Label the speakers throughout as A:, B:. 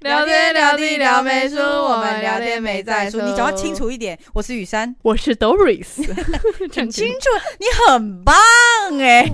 A: 聊天聊地聊没输，我们聊天没在输。
B: 说，
A: 你讲话清，楚一点，我是雨珊，
B: 我是 Doris，
A: 很清楚，你很棒哎、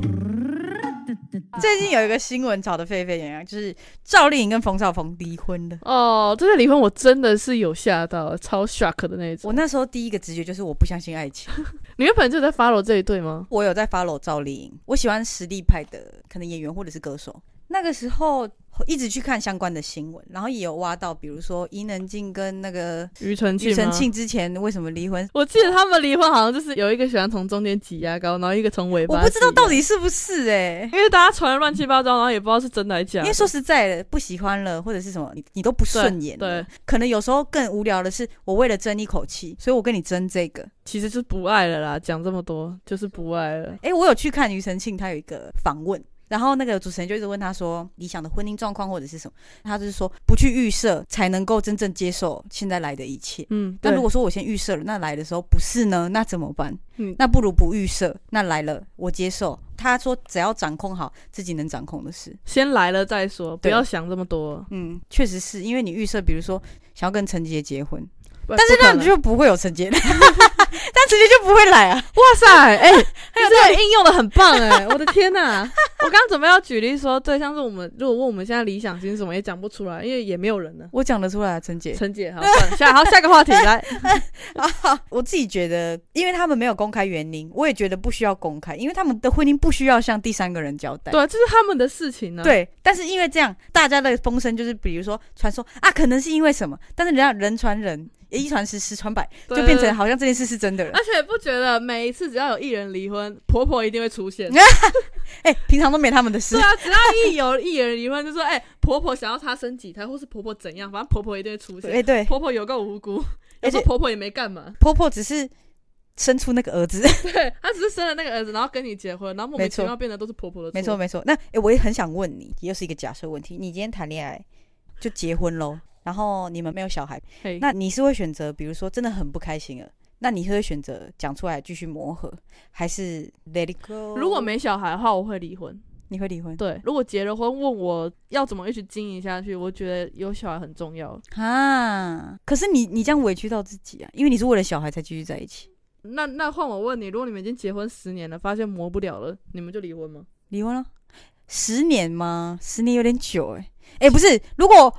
A: 最近有一个新闻炒得沸沸扬扬，就是赵丽颖跟冯绍峰离婚了。
B: 哦，这对离婚我真的是有吓到，超 shock 的那一种。
A: 我那时候第一个直觉就是我不相信爱情。
B: 你原本就在 follow 这一对吗？
A: 我有在 follow 赵丽颖，我喜欢实力派的，可能演员或者是歌手。那个时候一直去看相关的新闻，然后也有挖到，比如说伊能静跟那个
B: 庾澄庆
A: 庾澄
B: 吗？
A: 庆之前为什么离婚，
B: 我记得他们离婚好像就是有一个喜欢从中间挤牙膏，然后一个从尾巴。
A: 我不知道到，底是不是哎、
B: 因为大家传的乱七八糟，然后也不知道是真的还是假
A: 因
B: 的。
A: 为说实在的，不喜欢了或者是什么，你你都不顺眼了
B: 对，
A: 可能有时候更无聊的是，我为了争一口气，所以我跟你争 这个。
B: 其实就是不爱了啦，讲这么多就是不爱了。
A: 哎、我有去看庾澄庆，他有一个访问，然后那个主持人就一直问他说理想的婚姻状况或者是什么，他就是说不去预设，才能够真正接受现在来的一切。
B: 嗯，
A: 那
B: 对
A: 如果说我先预设了，那来的时候不是呢，那怎么办？
B: 嗯
A: 那不如不预设，那来了我接受。他说只要掌控好自己能掌控的事，
B: 先来了再说，不
A: 对
B: 要想这么多。
A: 嗯，确实是因为你预设，比如说想要跟陈杰结婚，
B: 但
A: 但是那你就不会有陈杰，但 陈杰就不会来啊。
B: 哇塞，哎、你这个应用的很棒哎、我的天 哪、我刚准备要举例说，对，像是我们如果问我们现在理想型是什么，也讲不出来，因为也没有人呢。
A: 我讲得出来啊，陈杰。
B: 陈姐，好，算了， 下好下一个话题来。
A: 我自己觉得，因为他们没有公开原因，我也觉得不需要公开，因为他们的婚姻不需要向第三个人交代。
B: 对，啊这是他们的事情 呢、，
A: 对，但是因为这样，大家的风声就是，比如说传说啊，可能是因为什么，但是人家人传人，一传十，十传百，就
B: 对
A: 变成。好像这件事是真的了。
B: 而且不觉得每一次只要有艺人离婚，婆婆一定会出 现。
A: 哎、平常都没他们的事
B: 对。啊，只要一有艺人离婚，就说哎、婆婆想要她生几胎，或是婆婆怎样，反正婆婆一定会出
A: 哎、
B: 现。
A: 对，
B: 婆婆有够无辜，
A: 而
B: 有
A: 且
B: 时候婆婆也没干嘛。
A: 婆婆只是生出那个儿子，
B: 对，她只是生了那个儿子，然后跟你结婚，然后莫
A: 没
B: 名
A: 错
B: 其妙变得都是婆婆的错。
A: 没错没错。那哎、我也很想问你，又是一个假设问题，你今天谈恋爱就结婚喽，然后你们没有小孩，
B: 嘿，
A: 那你是会选择，比如说真的很不开心了，那你是会选择讲出来继续磨合，还是 let it go？
B: 如果没小孩的话，我会离婚。
A: 你会离婚
B: 对，如果结了婚，问我要怎么一直经营下去，我觉得有小孩很重要。
A: 啊？可是你你这样委屈到自己啊，因为你是为了小孩才继续在一起，
B: 那那换我问你，如果你们已经结婚十年了，发现磨不了了，你们就离婚吗？
A: 离婚了十年吗？十年有点久哎、哎、不是，如果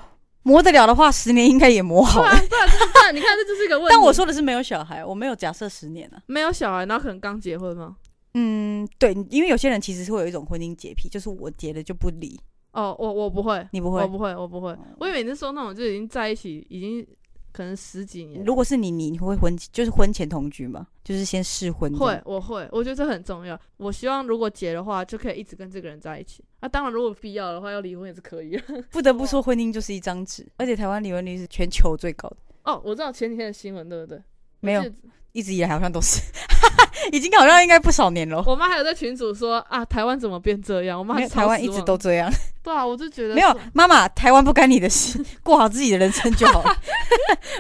A: 磨得了的话，十年应该也磨 好
B: 对
A: 了。
B: 啊，对啊，就是这样你看这就是一个问题。
A: 但我说的是没有小孩，我没有假设十年啊。
B: 没有小孩，然后可能刚结婚吗？
A: 嗯，对，因为有些人其实是会有一种婚姻洁癖，就是我结了就不离，
B: 哦，我我不会，
A: 你不
B: 我
A: 会？
B: 不会，我不会
A: 哦。
B: 我以为你是说那种就已经在一起，已经可能十几年。
A: 如果是你，你你会婚就是婚前同居吗？就是先试婚这
B: 会，
A: 样？
B: 我会，我觉得这很重要。我希望如果结的话，就可以一直跟这个人在一起。那、当然，如果必要的话，要离婚也是可以。
A: 不得不说，婚姻就是一张纸，而且台湾离婚率是全球最高的，
B: 哦，我知道前几天的新闻，对不对？
A: 没有
B: 我记得
A: 一直以来好像都是， 已经好像应该不少年了。
B: 我妈还有在群组说啊，台湾怎么变这样？我妈
A: 哦没有，
B: 超
A: 台湾
B: 失
A: 一直
B: 望
A: 都这样。
B: 对啊，我就觉得
A: 没有
B: 说，
A: 妈妈，台湾不干你的事，过好自己的人生就好了。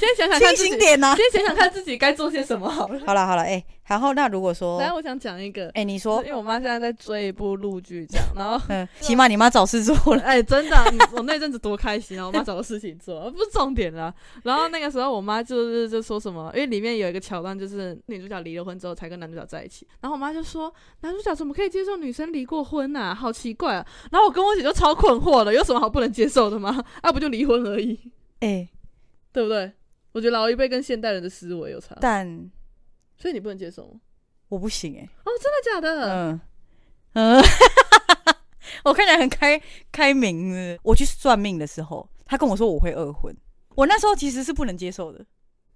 B: 先想想看
A: 清
B: 自己，
A: 醒点呐、
B: 先想想看自己该做些什么好 了。
A: 好了好了，哎、然后那如果说，
B: 然
A: 哎、
B: 后我想讲一个，
A: 你
B: 就
A: 说
B: 是，因为我妈现在在追一部陆剧，这样，然后。
A: 嗯，起码你妈找事做了。
B: 哎、真的啊、你我那阵子多开心啊！我妈找我事情做，不是重点啦。然后那个时候，我妈就是就说什么，因为里面有一个桥段，就是女主角离了婚之后才跟男主角在一起。然后我妈就说，男主角怎么可以接受女生离过婚呐、好奇怪啊！然后我跟我姐就超困惑的，有什么好不能接受的吗？啊，不就离婚而已，
A: 哎、
B: 对不对？我觉得老一辈跟现代人的思维有差，
A: 但
B: 所以你不能接受吗？
A: 我不行哎、
B: 哦，真的假的？
A: 嗯嗯， 我看起来很开开明的。我去算命的时候，他跟我说我会二婚，我那时候其实是不能接受的。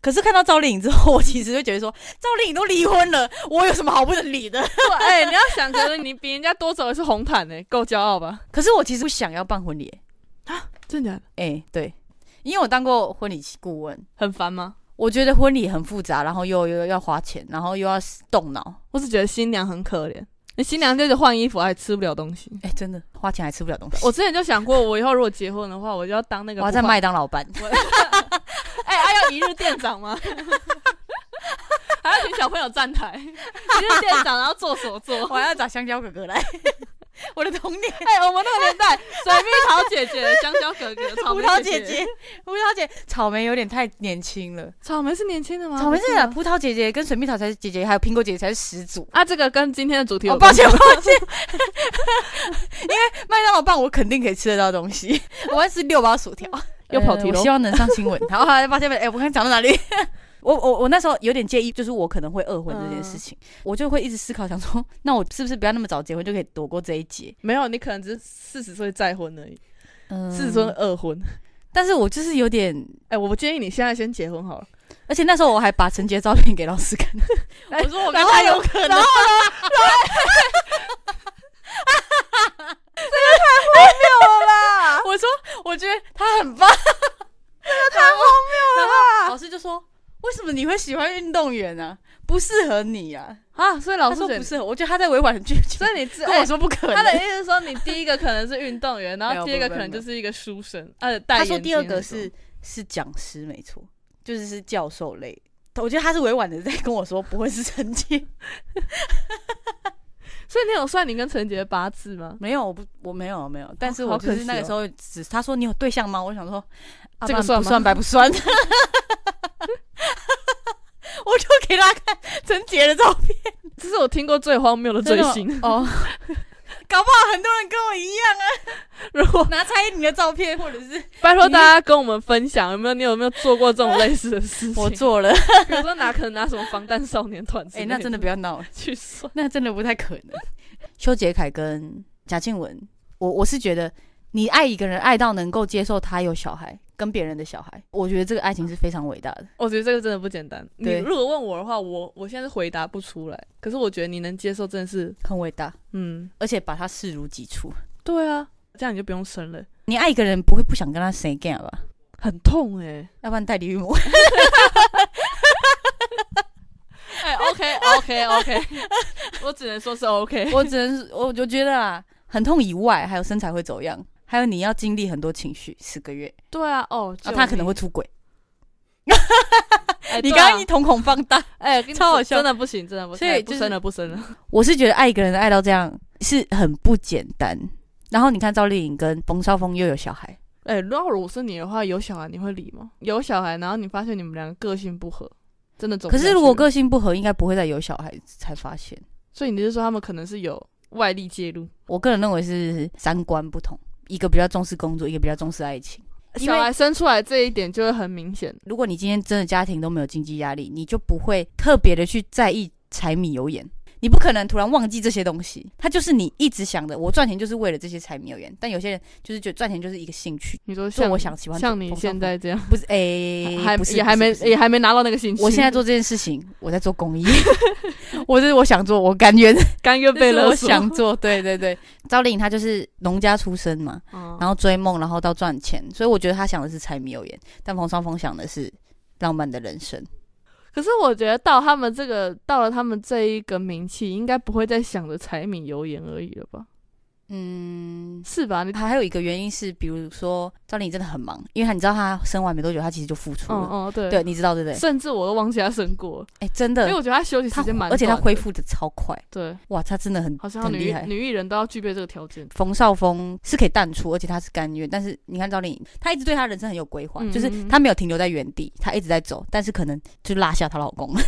A: 可是看到赵丽颖之后，我其实就觉得说，赵丽颖都离婚了，我有什么好不能离 的？
B: 对哎、你要想觉得你比人家多走一次红毯呢、够骄傲吧？
A: 可是我其实不想要办婚礼、
B: 真的假的？
A: 哎、对，因为我当过婚礼顾问，
B: 很烦吗？
A: 我觉得婚礼很复杂，然后又又又要花钱，然后又要动脑，
B: 我只觉得新娘很可怜，你新娘就是换衣服还吃不了东西。
A: 哎、真的花钱还吃不了东西。
B: 我之前就想过，我以后如果结婚的话，我就要当那个
A: 我要在
B: 不换，
A: 麦当劳办，
B: 哎、还要一日店长吗？ 还要请小朋友站台，一日店长，然后做手作，
A: 我还要找香蕉哥哥来。 我的童年，
B: 哎、我们那个年代，水蜜桃姐姐、香蕉哥哥、草
A: 葡
B: 莓
A: 萄
B: 姐
A: 姐姐，葡萄姐，草莓有点太年轻了，
B: 草莓是年轻的吗？
A: 草莓
B: 不
A: 是啊，
B: 吗
A: 葡萄姐姐跟水蜜桃才是姐姐，还有苹果姐姐才是始 祖。
B: 啊，这个跟今天的主题有
A: 哦，抱
B: 关
A: 歉抱歉， 因为麦当劳棒我肯定可以吃得到东西，我要吃六包薯条。
B: 又跑题
A: 呃
B: 咯
A: 我希望能上新闻。好，好抱歉，哎、我刚讲到哪里？ 我我我那时候有点介意，就是我可能会二婚这件事情，我就会一直思考，想说，那我是不是不要那么早结婚就可以躲过这一劫？
B: 没有，你可能只是四十岁再婚而已，
A: 嗯
B: 四十岁二婚。
A: 但是我就是有点，
B: 哎、我不建议你现在先结婚好了。
A: 而且那时候我还把陈杰照片给老师看，
B: 我说我
A: 然
B: 跟
A: 后
B: 哎他有
A: 有可能，然后呢，然后这个太荒谬了吧？我说，我觉得他很棒，这个太荒谬了吧？老师就说，为什么你会喜欢运动员呢、不适合你啊。
B: 啊，所以老
A: 他
B: 师
A: 说
B: 觉得
A: 不适合，我觉得他在委婉拒绝
B: 所，以你 自哦
A: 跟我说不可能。
B: 他的意思是说，你第一个可能是运动员，然
A: 没
B: 后
A: 有
B: 第二个
A: 不
B: 可
A: 不
B: 能
A: 不
B: 就是一个书生，呃，戴
A: 他
B: 眼
A: 说
B: 镜
A: 第二
B: 那
A: 个
B: 种
A: 是是讲师，没错，就是是教授类。我觉得他是委婉的在跟我说，不会是陈杰。
B: 所以你有算你跟陈杰的八字吗？
A: 没有，我不，我没有，没有。但是
B: 好
A: 我
B: 可
A: 就
B: 惜
A: 是那个
B: 哦
A: 时候只，他说你有对象吗？我想说，啊
B: 这个
A: 不
B: 算
A: 然不
B: 吗
A: 算白不算。 我就给他看陈杰的照片，
B: 这是我听过最荒谬的
A: 真
B: 追
A: 的吗
B: 星。
A: 哦。搞不好很多人跟我一样 啊，
B: 如果
A: 拿蔡依林的照片，或者是
B: 拜托大家跟我们分享，有没有你有没有做过这种类似的事情？
A: 我做 了，
B: 比如说拿可能拿什么防弹少年团之
A: 哎、
B: 类，
A: 那真的不要闹，
B: 去算。
A: 那真的不太可能。修杰楷跟贾静雯，我我是觉得，你爱一个人爱到能够接受他有小孩跟别人的小孩，我觉得这个爱情是非常伟大的。
B: 我觉得这个真的不简单。你
A: 对
B: 如果问我的话，我我现在是回答不出来。可是我觉得你能接受，真的是，
A: 很伟大，
B: 嗯，
A: 而且把它视如己出。
B: 对啊，这样你就不用生了，
A: 你爱一个人不会不想跟他 say again 吧？
B: 很痛哎、
A: 要不然代理孕母，
B: 哎，OK OK OK，我只能说是 OK。
A: 我只能我就觉得啊，很痛以外，还有身材会走样，还有你要经历很多情绪，十个月，
B: 对啊，哦，
A: 啊，
B: 救
A: 他可能
B: 命
A: 会，出轨。
B: 哎
A: 你
B: 对
A: 刚
B: 啊
A: 刚一瞳孔放大，
B: 哎，跟你
A: 超好
B: 说
A: 笑
B: 真的不行，真的不行，
A: 所以
B: 哎不
A: 就是
B: 生了不生了。
A: 我是觉得爱一个人爱到这样是很不简单。然后你看赵丽颖跟冯绍峰又有小孩，
B: 哎，如果我是你的话，有小孩你会理吗？有小孩，然后你发现你们两个个性不合，真的走不
A: 可
B: 下去了。
A: 是如果个性不合，应该不会再有小孩才发现。
B: 所以你就是说他们可能是有外力介入，
A: 我个人认为是三观不同，一个比较重视工作，一个比较重视爱情。因为
B: 小孩生出来这一点就会很明显。
A: 如果你今天真的家庭都没有经济压力，你就不会特别的去在意柴米油盐。你不可能突然忘记这些东西，它就是你一直想的。我赚钱就是为了这些柴米油盐，但有些人就是觉得赚钱就是一个兴趣，
B: 你说
A: 做
B: 像
A: 我想喜欢做
B: 像你现在这样，
A: 不是诶、
B: 还
A: 不是
B: 也还没
A: 不是不是
B: 也还没拿到那个信息。
A: 我现在做这件事情，我在做公益，我这是我想做，我甘愿，
B: 甘愿被
A: 这是
B: 勒
A: 我
B: 索，
A: 想做。对对对，赵丽颖她就是农家出身嘛，
B: 嗯
A: 然后追梦，然后到赚钱，所以我觉得她想的是柴米油盐，但冯绍峰想的是浪漫的人生。
B: 可是我觉得到他们这个到了他们这一个名气，应该不会再想着柴米油盐而已了吧？
A: 嗯，
B: 是吧？你
A: 还还有一个原因是，比如说赵丽颖真的很忙，因为她你知道她生完没多久，她其实就复出
B: 嗯
A: 了，
B: 嗯对
A: 对，你知道对不对？
B: 甚至我都忘记他生过，
A: 哎、真
B: 因为
A: 的，
B: 我觉得他休息
A: 她
B: 时间蛮短的，
A: 而且她恢复的超快，
B: 对，
A: 哇，她真的很
B: 好像
A: 很
B: 女
A: 厉
B: 艺
A: 害。
B: 女艺人都要具备这个条 件，
A: 冯绍峰是可以淡出，而且他是甘愿，但是你看赵丽颖，她一直对她人生很有规划，
B: 嗯
A: 就是她没有停留在原地，她一直在走，但是可能就落下她老 公了。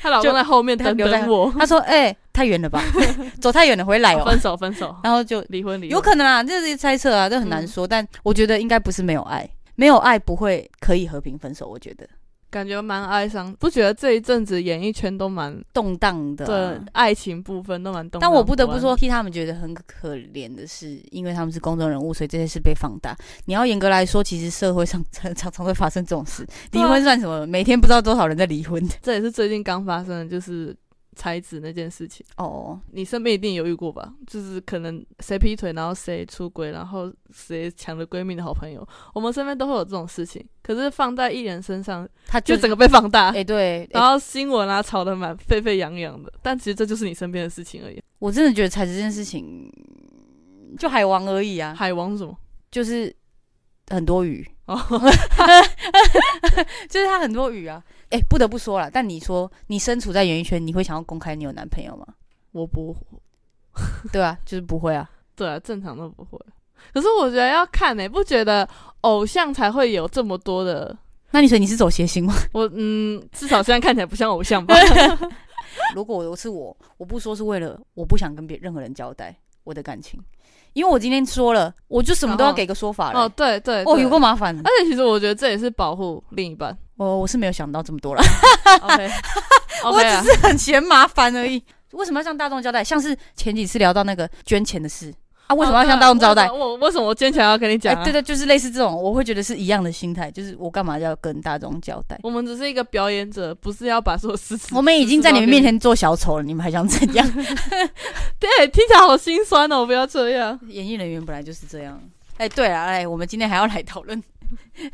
B: 她老公
A: 就
B: 在后面
A: 她
B: 等
A: 留在
B: 等 我，
A: 她说：“哎、太远了吧， 走太远了，回来哦。
B: 分手分 手，
A: 然后就
B: 离婚离婚，
A: 有可能啊，这是猜测啊，这很
B: 嗯
A: 难说。但我觉得应该不是没有爱，没有爱不会可以和平分手。我觉得
B: 感觉蛮哀伤，不觉得这一阵子演艺圈都蛮
A: 动荡的啊、
B: 对爱情部分都蛮动荡安，
A: 但我不得不说，替他们觉得很可怜的是，因为他们是公众人物，所以这些事被放大。你要严格来说，其实社会上常常常会发生这种事。
B: 对
A: 离
B: 啊
A: 婚算什么？每天不知道多少人在离婚。
B: 这也是最近刚发生的，就是才子那件事情。
A: 哦，
B: 你身边一定有遇过吧？就是可能谁劈腿，然后谁出轨，然后谁抢了闺蜜的好朋友，我们身边都会有这种事情。可是放在艺人身上，
A: 他就
B: 就整
A: 个
B: 个被放大，
A: 哎、对，哎
B: 然后新闻啊吵得蛮沸沸扬扬的。但其实这就是你身边的事情而已。
A: 我真的觉得才子这件事情就海王而已啊，
B: 海王是什么？
A: 就是很多鱼。
B: 哦，
A: 就是他很多语啊。哎、不得不 说啦，但你说你身处在演艺圈，你会想要公开你有男朋友吗？
B: 我不，
A: 对啊，就是不会啊。
B: 对啊，正常都不会。可是我觉得要看呢、不觉得偶像才会有这么多的？
A: 那你说你是走谐星吗？
B: 我嗯，至少现在看起来不像偶像吧。
A: 如果我是我，我不说是为了我不想跟别任何人交代我的感情，因为我今天说了，我就什么都要
B: 然后
A: 给个说法了。
B: 哦，对对
A: 哦，有
B: 个。
A: 够麻烦的。哦
B: 而且其实我觉得这也是保护另一半。
A: 我我是没有想到这么多啦，
B: OK，, o
A: 我
B: k 啊
A: 只，是很嫌麻烦而已。为什么要向大众交代？像是前几次聊到那个捐钱的事啊，为什么要向大众招待？
B: 哦对我我为什么我坚强要跟你讲、啊
A: 哎对对，就是类似这种，我会觉得是一样的心态，就是我干嘛要跟大众交代？
B: 我们只是一个表演者，不是要把所有事情。
A: 我们已经在你们面前做小丑了，你们还想怎样？
B: 对，听起来好心酸哦！不要这样。
A: 演艺人员本来就是这样。哎、对了，哎，我们今天还要来讨论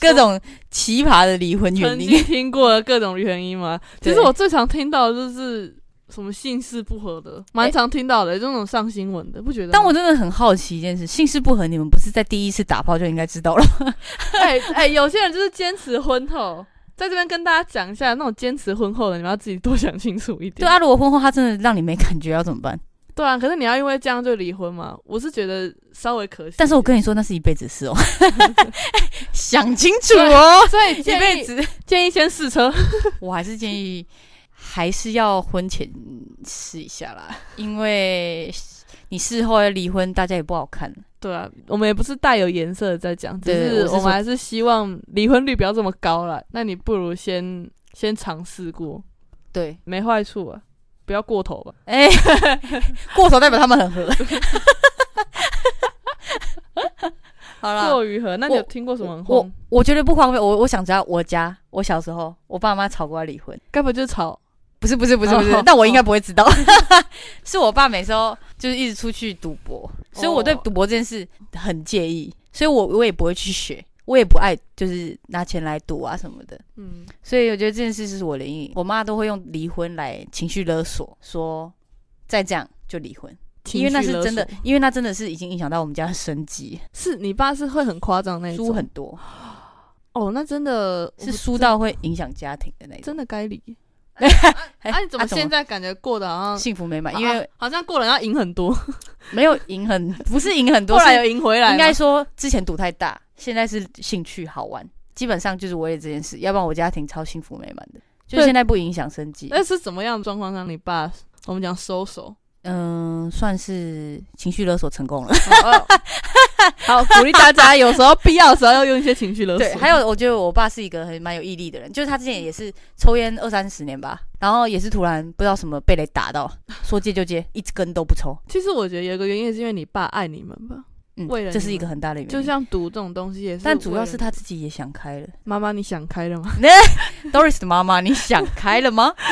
A: 各种奇葩的离婚
B: 曾
A: 原因。
B: 经听过的各种原因 嘛，其
A: 对
B: 实我最常听到的就是什么姓氏不合的，蛮
A: 哎
B: 常听到的，这种上新闻的，不觉得吗？
A: 但我真的很好奇一件事：姓氏不合，你们不是在第一次打炮就应该知道了吗？
B: 哎哎，有些人就是坚持婚后，在这边跟大家讲一下，那种坚持婚后的，你们要自己多想清楚一点。
A: 对啊，如果婚后他真的让你没感觉，要怎么办？
B: 对啊，可是你要因为这样就离婚嘛？我是觉得稍微可惜。
A: 但是我跟你说，那是一辈子的 事哦，想清楚哦，
B: 所以
A: 一
B: 建
A: 辈
B: 议
A: 子。
B: 建议先试车，
A: 我还是建议，还是要婚前试一下啦，因为你事后要离婚，大家也不好看。
B: 对啊，我们也不是带有颜色的在讲，只
A: 对
B: 是
A: 我是
B: 我们
A: 说
B: 还是希望离婚率不要这么高了。那你不如先先尝试过，
A: 对，
B: 没坏处啊，不要过头吧。
A: 哎、过头代表他们很合。好啦，
B: 过于合，那你有
A: 我
B: 听过什么很
A: 我
B: 红？
A: 我绝对不荒废。我我想只要我家，我小时候我爸妈吵过要离婚，
B: 该不会就是吵？
A: 不是不是不是不是
B: 哦，
A: 但我应该不会知道， 是我爸每次都就是一直出去赌博，所以我对
B: 哦
A: 赌博这件事很介意，所以我我也不会去学，我也不爱就是拿钱来赌啊什么的，
B: 嗯，
A: 所以我觉得这件事是我的阴影。我妈都会用离婚来情绪勒索，说再这样就离婚，因为那是真的
B: 情绪勒索，
A: 因为那真的是已经影响到我们家的生计，
B: 是你爸是会很夸张那一种，
A: 输很多，
B: 哦，那真的
A: 是输到会影响家庭的那种。
B: 真的该 离。
A: 哎
B: 啊，你怎么
A: 啊
B: 现在感觉过得好像
A: 幸福美满？
B: 啊
A: 因为
B: 好像过了要赢很多，
A: 没有赢 很，不是赢很多，
B: 后来
A: 是
B: 有赢回来吗，
A: 应该说之前赌太大，现在是兴趣好玩，基本上就是我也这件事，要不然我家庭超幸福美满的，就是
B: 对
A: 现在不影响生计。
B: 那是怎么样的状况让你爸我们讲收 手？
A: 嗯、算是情绪勒索成功了。
B: 哦哦好，鼓励大家有时候必要的时候要用一些情绪勒索。
A: 对，还有我觉得我爸是一个很蛮有毅力的人，就是他之前也是抽烟二三十年吧，然后也是突然不知道什么被雷打到，说戒就戒，一根都不抽。
B: 其实我觉得有一个原因也是因为你爸爱你们吧，
A: 嗯
B: 为了，你
A: 这是一个很大的原因。
B: 就像赌这种东西也是为了你。
A: 但主要是他自己也想开了。
B: 妈妈，你想开了 吗？
A: Doris 的妈妈，你想开了吗？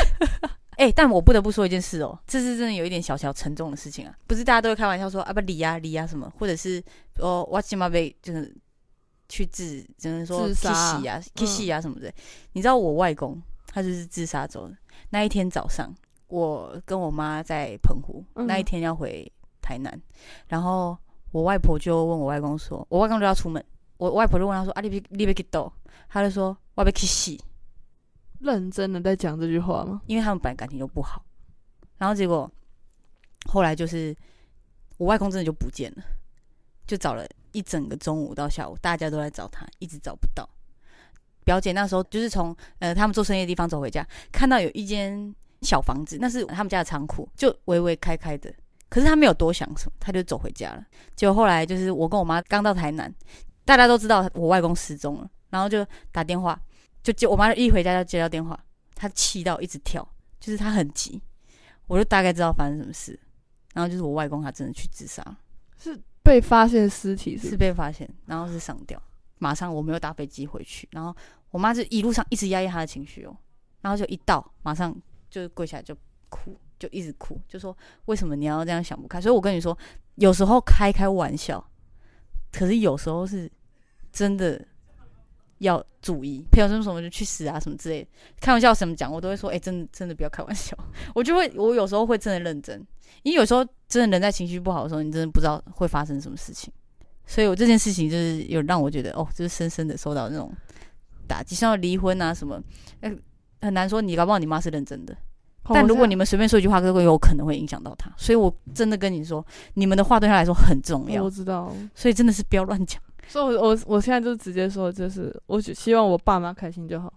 A: 哎、但我不得不说一件事哦，这是真的有一点小小沉重的事情啊。不是大家都会开玩笑说啊不离呀离呀什么，或者是哦我起码被就是去自，就是说
B: 自
A: kiss
B: 杀啊
A: 呀 kiss 呀什么的。你知道我外公他就是自杀走的。那一天早上，我跟我妈在澎湖，
B: 嗯
A: 那一天要回台南，然后我外婆就问我外公说，我外公就要出门，我外婆就问他说啊你别你别去斗，他就说我要去死。
B: 认真的在讲这句话吗？
A: 因为他们本来感情就不好，然后结果后来就是我外公真的就不见了，就找了一整个中午到下午，大家都在找他，一直找不到。表姐那时候就是从呃他们做生意的地方走回家，看到有一间小房子，那是他们家的仓库，就微微开开的。可是他没有多想什么，他就走回家了。结果后来就是我跟我妈刚到台南，大家都知道我外公失踪了，然后就打电话，就接我妈一回家就接到电话，他气到一直跳，就是他很急，我就大概知道发生什么事。然后就是我外公他真的去自杀，
B: 是被发现尸体是不
A: 是
B: 是？
A: 被发现，然后是上吊，马上我没有搭飞机回去，然后我妈就一路上一直压抑她的情绪哦，然后就一到马上就跪下来就哭，就一直哭，就说为什么你要这样想不开？所以我跟你说，有时候开开玩笑，可是有时候是真的要注意，朋友说什么就去死啊什么之类的，开玩笑什么讲我都会说，哎、真的真的不要开玩笑， 我就会我有时候会真的认真，因为有时候真的人在情绪不好的时候，你真的不知道会发生什么事情。所以我这件事情就是有让我觉得哦，就是深深的受到那种打击，像离婚啊什么，呃，很难说你搞不好你妈是认真的，但如果
B: 你
A: 你们随便说一句话，都有可能会影响到他。所以我真的跟你说，你们的话对他来说很重要
B: 我，知道，
A: 所以真的是不要乱讲。
B: 所以我我我现在就直接说，就是我只希望我爸妈开心就好。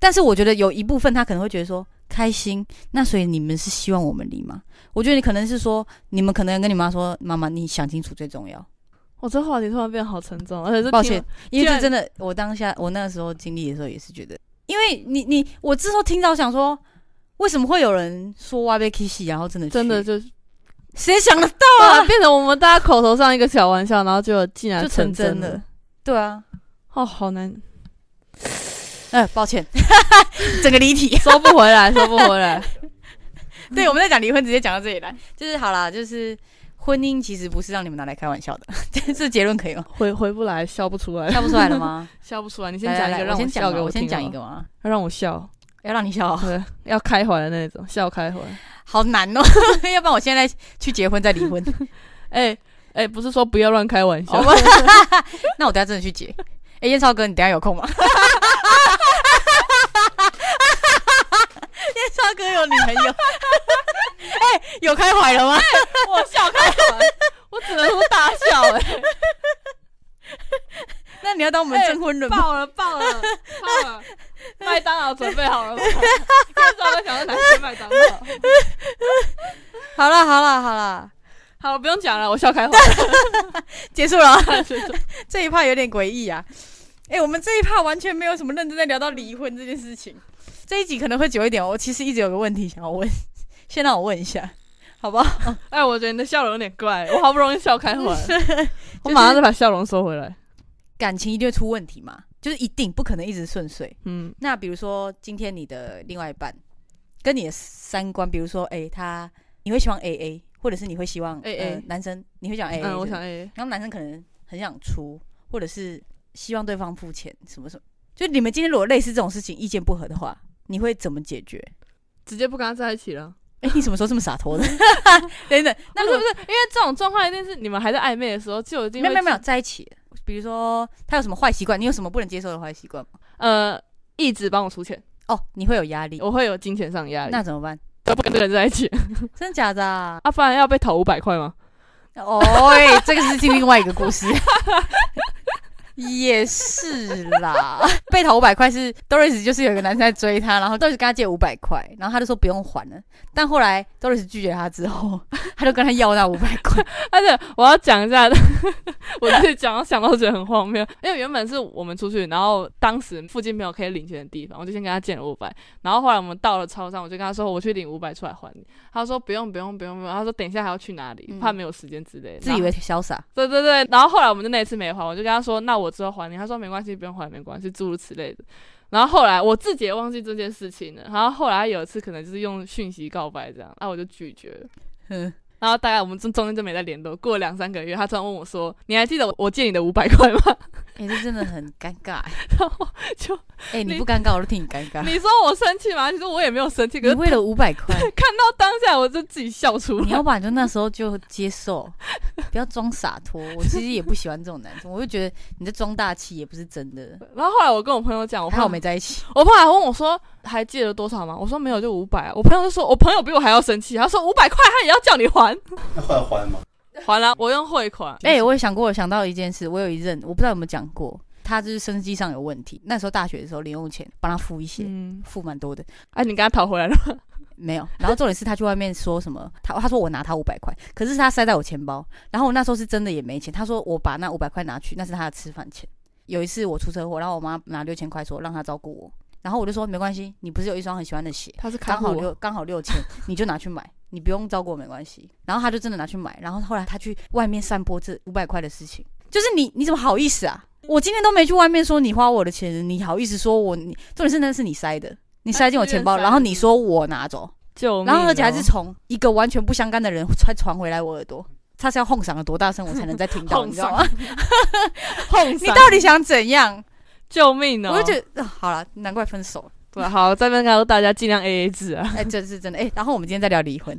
A: 但是我觉得有一部分他可能会觉得说开心，那所以你们是希望我们离吗？我觉得你可能是说，你们可能跟你妈说，妈妈，你想清楚最重要。
B: 我这话题突然变好沉重，而且是
A: 抱
B: 听
A: 歉，因为
B: 既
A: 这
B: 然
A: 真的，我当下我那时候经历的时候也是觉得，因为你你我之后听到想说，为什么会有人说哇被 kiss，然后真的
B: 真的
A: 去
B: 就是
A: 谁想得到
B: 对 啊，
A: 啊？
B: 变成我们大家口头上一个小玩笑，然后就竟然
A: 就成
B: 真
A: 真了。对啊，
B: 哦，好难，
A: 呃，抱 歉，整个离题。
B: 收不回来，收不回来。
A: 对，我们在讲离婚，直接讲到这里来，就是好啦，就是婚姻其实不是让你们拿来开玩笑的， 这结论可以吗？
B: 回回不来，笑不出来，
A: 笑不出来了吗？
B: 笑不出来。你
A: 来
B: 先
A: 来
B: 讲一
A: 来
B: 个，
A: 我
B: 让
A: 先
B: 笑
A: 讲
B: 给
A: 啊，
B: 我
A: 先
B: 听
A: 讲一
B: 好了，
A: 个嘛，
B: 要让我笑，
A: 要让你笑啊，
B: 对，要开怀的那种，笑开怀。
A: 好难哦， 要不然我现在去结婚再离婚，
B: 哎、哎、不是说不要乱开玩笑，
A: 好吧？那我等下真的去结。哎，燕超哥，你等下有空吗？ 燕超哥有女朋 友，哎，有开怀了吗？
B: 我笑开怀， 我只能说大笑、哎，
A: 那你要当我们
B: 哎
A: 征婚人 吗？
B: 爆了，爆了，爆了！ 麦当劳准备好了吗？ 看到我想要哪些麦当劳？
A: 好了好了好了，
B: 好了，不用讲了，我笑开怀。
A: 结束了啊。
B: 就就
A: 这一趴有点诡异啊。哎、我们这一趴完全没有什么认真在聊到离婚这件事情。这一集可能会久一点，我其实一直有个问题想要问，先让我问一下，好不好？
B: 哎，我觉得你的笑容有点怪，我好不容易笑开怀 了，我
A: 是
B: 马上再把笑容收回来。
A: 感情一定会出问题嘛，就是一定不可能一直顺遂。
B: 嗯，
A: 那比如说今天你的另外一半跟你的三观，比如说哎、他你会希望 A A，或者是你会希望
B: AA
A: 呃、男生你会想 A A，、
B: 嗯，我想 A，
A: 然后男生可能很想出，或者是希望对方付钱，什么什么。就你们今天如果类似这种事情意见不合的话，你会怎么解 决？
B: 直接不跟他在一起了。
A: 哎、你什么时候这么洒 脱的？等等，那
B: 那是
A: 如
B: 不是因为这种状况一定是你们还在暧昧的时候就已经
A: 没有没有没有
B: 会
A: 在一起，比如说他有什么坏习惯，你有什么不能接受的坏习惯吗？
B: 呃一直帮我出钱，
A: 哦，你会有压力，
B: 我会有金钱上的压力，
A: 那怎么办？
B: 就不跟这个人在一起
A: 真的假的、啊？
B: 啊，不然要被讨五百块吗？
A: 哦，哎，这个是另外一个故事。也是啦，被讨五百块是 Doris，就是有一个男生在追她，然后 Doris 跟他借五百块，然后他就说不用还了，但后来 Doris 拒绝他之后， 他就跟他要那五百块。
B: 而且我要讲一下， 我自己讲到想到觉得很荒谬，因为原本是我们出去，然后当时附近没有可以领钱的地方，我就先跟他借了五百，然后后来我们到了超商，我就跟他说我去领五百出来还你，他说不用不用不用不用，他说等一下还要去哪里，
A: 嗯
B: 怕没有时间之类的，
A: 自以为潇洒，
B: 对对对，然后后来我们就那一次没还，我就跟他说，那我之后还你。他说没关系，不用还，没关系，诸如此类的。然后后来我自己也忘记这件事情了。然后后来他有一次可能就是用讯息告白这样，那、我就拒绝了。
A: 嗯，
B: 然后大概我们中中间就没再联络。过了两三个月，他突然问我说：“你还记得我我借你的五百块吗
A: 哎、这真的很尴尬、哎？”
B: 然后就
A: 哎、你
B: 你
A: 不尴尬，我都替 你尴尬。
B: 你说我生气吗？其实我也没有生气，可
A: 你
B: 是
A: 为了五百 块，
B: 看到当下我就自己笑出
A: 你要
B: 来。
A: 不然就那时候就接受，不要装洒脱。我其实也不喜欢这种男生，我就觉得你在装大气也不是真的。
B: 然后后来我跟我朋友讲，我
A: 还好
B: 怕
A: 我没在一起。
B: 我朋友还问我说：“还借了多少吗？”我说：“没有，就五百。”我朋友就说：“我朋友比我还要生气，他说五百块他也要叫你 还。”
C: 那后来还吗？
B: 还了，我用汇款。
A: 哎、我也想过，想到一件事，我有一任，我不知道有没有讲过，他就是生机上有问题。那时候大学的时候，零用钱帮他付一些，
B: 嗯，
A: 付蛮多的，
B: 哎、你跟他讨回 来了吗？
A: 没有。然后重点是他去外面说什么，他他说我拿他五百块，可是他塞在我钱包。然后我那时候是真的也没钱，他说我把那五百块拿去，那是他的吃饭钱。有一次我出车祸，然后我妈拿六千块说让他照顾我，然后我就说没关系，你不是有一双很喜欢的鞋，
B: 他是看
A: 刚好
B: 护我，
A: 六刚好六千，你就拿去买，你不用照顾我没关系。然后他就真的拿去买，然后后来他去外面散播这五百块的事情，就是你你怎么好意思啊？我今天都没去外面说你花我的钱，你好意思说我你重点是那是你塞的，你塞进我钱包，
B: 他自愿塞的
A: 然后你说我拿走，
B: 救命哦、
A: 然后而且还是从一个完全不相干的人传传回来我耳朵，他是要哄嗓了多大声我才能再听到，
B: 哄
A: 你知道吗？
B: 哄
A: 你
B: 上
A: 到底想怎样？
B: 救命哦！哦
A: 我就觉得、啊好了，难怪分手了。
B: 对，好，在这边告诉大家尽量 A A 制啊。
A: 哎、这是真的哎、然后我们今天再聊离婚。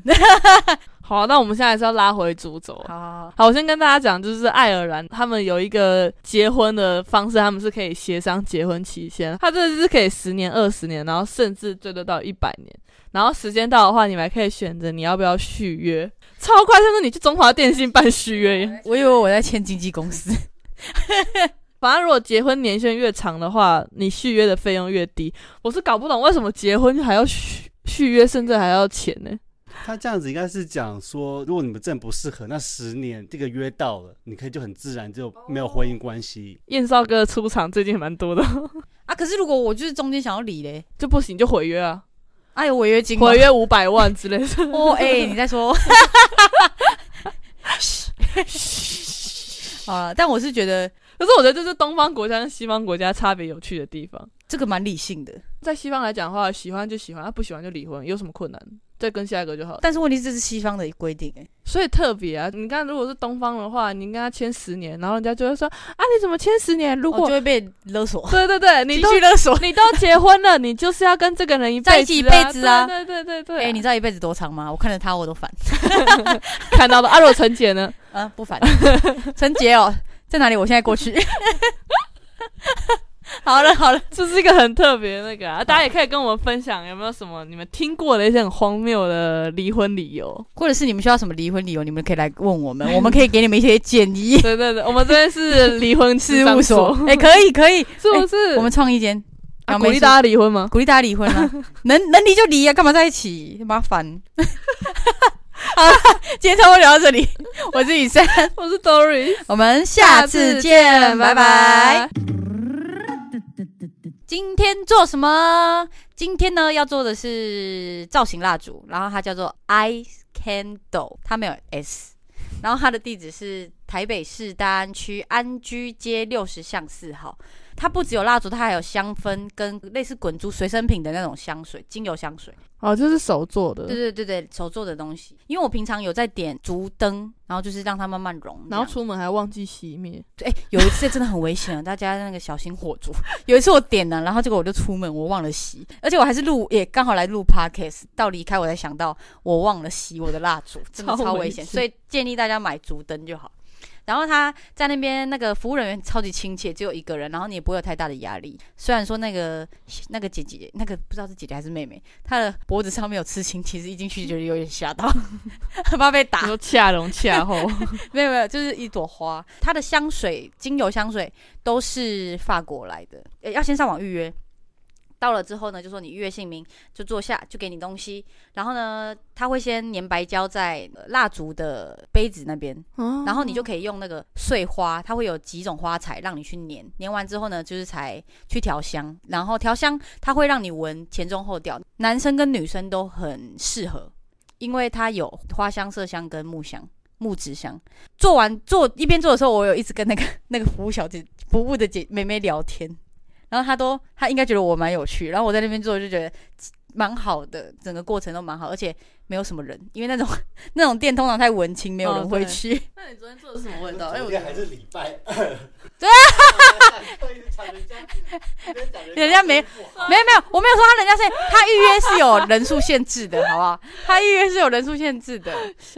B: 好，那我们现在还是要拉回主轴。
A: 好好好，
B: 好，我先跟大家讲，就是爱尔兰他们有一个结婚的方式，他们是可以协商结婚期限，他这是可以十年、二十年，然后甚至最多到一百年。然后时间到的话，你们还可以选择你要不要续约，超快，像是你去中华电信办续约一样。
A: 我以为我在签经纪公司。
B: 反正如果结婚年限越长的话，你续约的费用越低。我是搞不懂为什么结婚还要续续约，甚至还要钱 呢、
C: 他这样子应该是讲说，如果你们真的不适合，那十年这个约到了，你可以就很自然就没有婚姻关系。
B: 燕少哥的出场最近也蛮多的，
A: 啊，可是如果我就是中间想要离嘞，
B: 就不行就毁约啊，
A: 哎有违约金吗
B: 毁约五百万之类的。
A: 哦，哎、你在 说？好了，但我是觉得
B: 可是我觉得这是东方国家跟西方国家差别有趣的地方。
A: 这个蛮理性的，
B: 在西方来讲的话，喜欢就喜欢，啊、不喜欢就离婚，有什么困难？再跟下一个就好了。
A: 但是问题是这是西方的规定、哎，
B: 所以特别啊，你看，如果是东方的话，你跟他签十年，然后人家就会说啊，你怎么签十年？如
A: 我
B: 果、
A: 哦就会被勒索，
B: 哦对对对， 你
A: 情
B: 都
A: 绪勒索。
B: 你都结婚了，你就是要跟这个人一辈子、啊、
A: 在一起一辈子啊
B: 对对对对
A: 哎、
B: 对，
A: 你知道一辈子多长吗？我看着他我都烦，
B: 看到了啊？如果陈姐 呢？
A: 啊，不烦。 陈杰哦，在哪里？我现在过去。 好了好了，
B: 这是一个很特别的那个啊，大家也可以跟我们分享有没有什么你们听过的一些很荒谬的离婚理由？
A: 或者是你们需要什么离婚理由，你们可以来问我们，我们可以给你们一些建议。
B: 对对对，我们这边是 离婚
A: 事
B: 咨
A: 务
B: 商
A: 所
B: 所，，
A: 哎、可以可以，
B: 是不是？
A: 我们创一间，
B: 哎啊
A: 杨
B: 鼓
A: 梅
B: 励
A: 树
B: 大家离婚吗？
A: 鼓励大家离婚啊，能能离就离啊，干嘛在一起？麻烦。 好了，今天差不多聊到这里， 我是雨珊，
B: 我是 Dory，
A: 我们下次
B: 嗯
A: 见，拜拜。。今天做什么？今天呢要做的是造型蜡烛，然后它叫做 I Candle，它没有 S，然后它的地址是台北市大安区安居街六十巷四号。它不只有蜡烛，它还有香氛跟类似滚珠随身品的那种香水，精油香水。
B: 哦，这是手做
A: 对
B: 的，
A: 对对对，手做的东西。因为我平常有在点烛灯，然后就是让它慢慢融。
B: 然后
A: 这样
B: 出门还忘记熄灭，
A: 哎、有一次真的很危险啊，大家那个小心火烛。有一次我点了，然后结果我就出门，我忘了熄，而且我还是录，也刚好来录 podcast，到离开我才想到我忘了熄我的蜡烛，真的
B: 超
A: 超
B: 危
A: 危险，
B: 险
A: 所以建议大家买烛灯就好。然后他在那边那个服务人员超级亲切，只有一个人，然后你也不会有太大的压力。虽然说那个那个姐姐，那个不知道是姐姐还是妹妹，她的脖子上面有刺青，其实一进去就有点吓到， 很怕被打
B: 你。说恰容恰 后，
A: 没有没有，就是一朵花。它的香水、精油香水都是法国来的，呃要先上网预约。到了之后呢，就说你预约姓名，就坐下，就给你东西。然后呢，他会先粘白胶在呃蜡烛的杯子那边，
B: 啊
A: 然后你
B: 哦
A: 就可以用那个碎花，它会有几种花材让你去粘，粘完之后呢，就是才去调香，然后调香它会让你闻前中后调，男生跟女生都很适合，因为它有花香、麝香跟木香、木质香。做完做一边做的时候，我有一直跟那个那个服务小姐、服务的姐妹妹聊天，然后她都她应该觉得我蛮有趣，然后我在那边做就觉得。蛮好的，整个过程都蛮好，而且没有什么人，因为那种 那种店通常太文青，没有
B: 哦
A: 人会
B: 对
A: 去。
B: 那你昨天做的什哎么味
A: 哎
C: 昨天还是礼拜二。
A: 对
C: 啊
A: 人家没没有没有，我没有说他人家是，他预约是有人数限制的，好不 好？他预约是有人数限制的。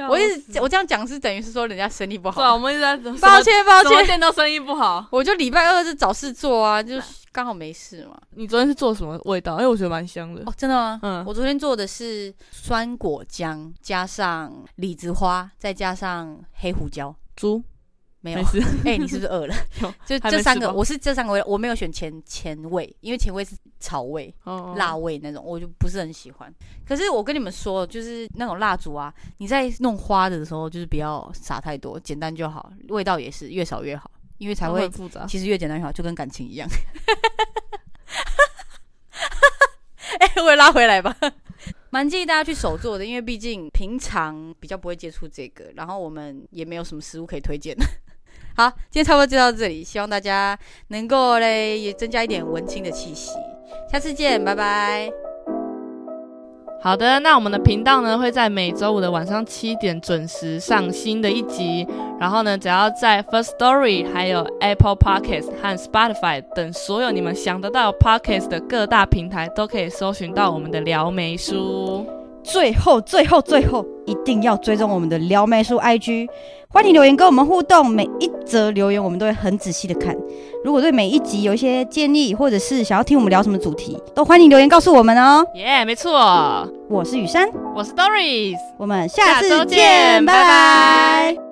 A: 我一直我这样讲是等于是说人家生意不
B: 对啊，
A: 好
B: 我，们一直在什么
A: 抱，歉抱
B: 什么
A: 歉，
B: 店都生意不好。
A: 我就礼拜二是找事 做啊，就是刚好没事嘛。
B: 你昨天是做什么味道？哎，我觉得蛮香的
A: 哦，真的吗？
B: 嗯
A: 我昨天做的是酸果姜加上李子花，再加上黑胡椒，
B: 猪，
A: 没有
B: 没。事。
A: 哎、你是不是饿了
B: 有？
A: 就
B: 还没
A: 这三
B: 吃
A: 个，
B: 饱
A: 我是这三个味道，我没有选前前味，因为前味是草味。
B: 哦
A: 辣味那种，我就不是很喜欢。可是我跟你们说，就是那种蜡烛啊，你在弄花的时候，就是不要撒太多，简单就好，味道也是越少越好，因为才
B: 才
A: 会
B: 会复杂。
A: 其实越简单越好，就跟感情一样。 哎、我也拉回来吧。蛮建议大家去手做的，因为毕竟平常比较不会接触这个，然后我们也没有什么食物可以推荐。 好，今天差不多就到这里，希望大家能够嘞也增加一点文青的气息。下次见，拜拜。
B: 好的，那我们的频道呢会在每周五的晚上七点准时上新的一集。然后呢，只要在 First Story、还有 Apple Podcast 和 Spotify 等所有你们想得到 Podcast 的各大平台，都可以搜寻到我们的撩眉书。
D: 最后，最后，最后，一定要追踪我们的撩妹叔 IG，欢迎留言跟我们互动，每一则留言我们都会很仔细的看。如果对每一集有一些建议，或者是想要听我们聊什么主题，都欢迎留言告诉我们哦。
B: 耶、没错，
D: 我是雨珊，
B: 我是 Doris。
D: 我们下次
B: 下周
D: 见，
B: 见
D: 拜
B: 拜
D: 拜
B: 拜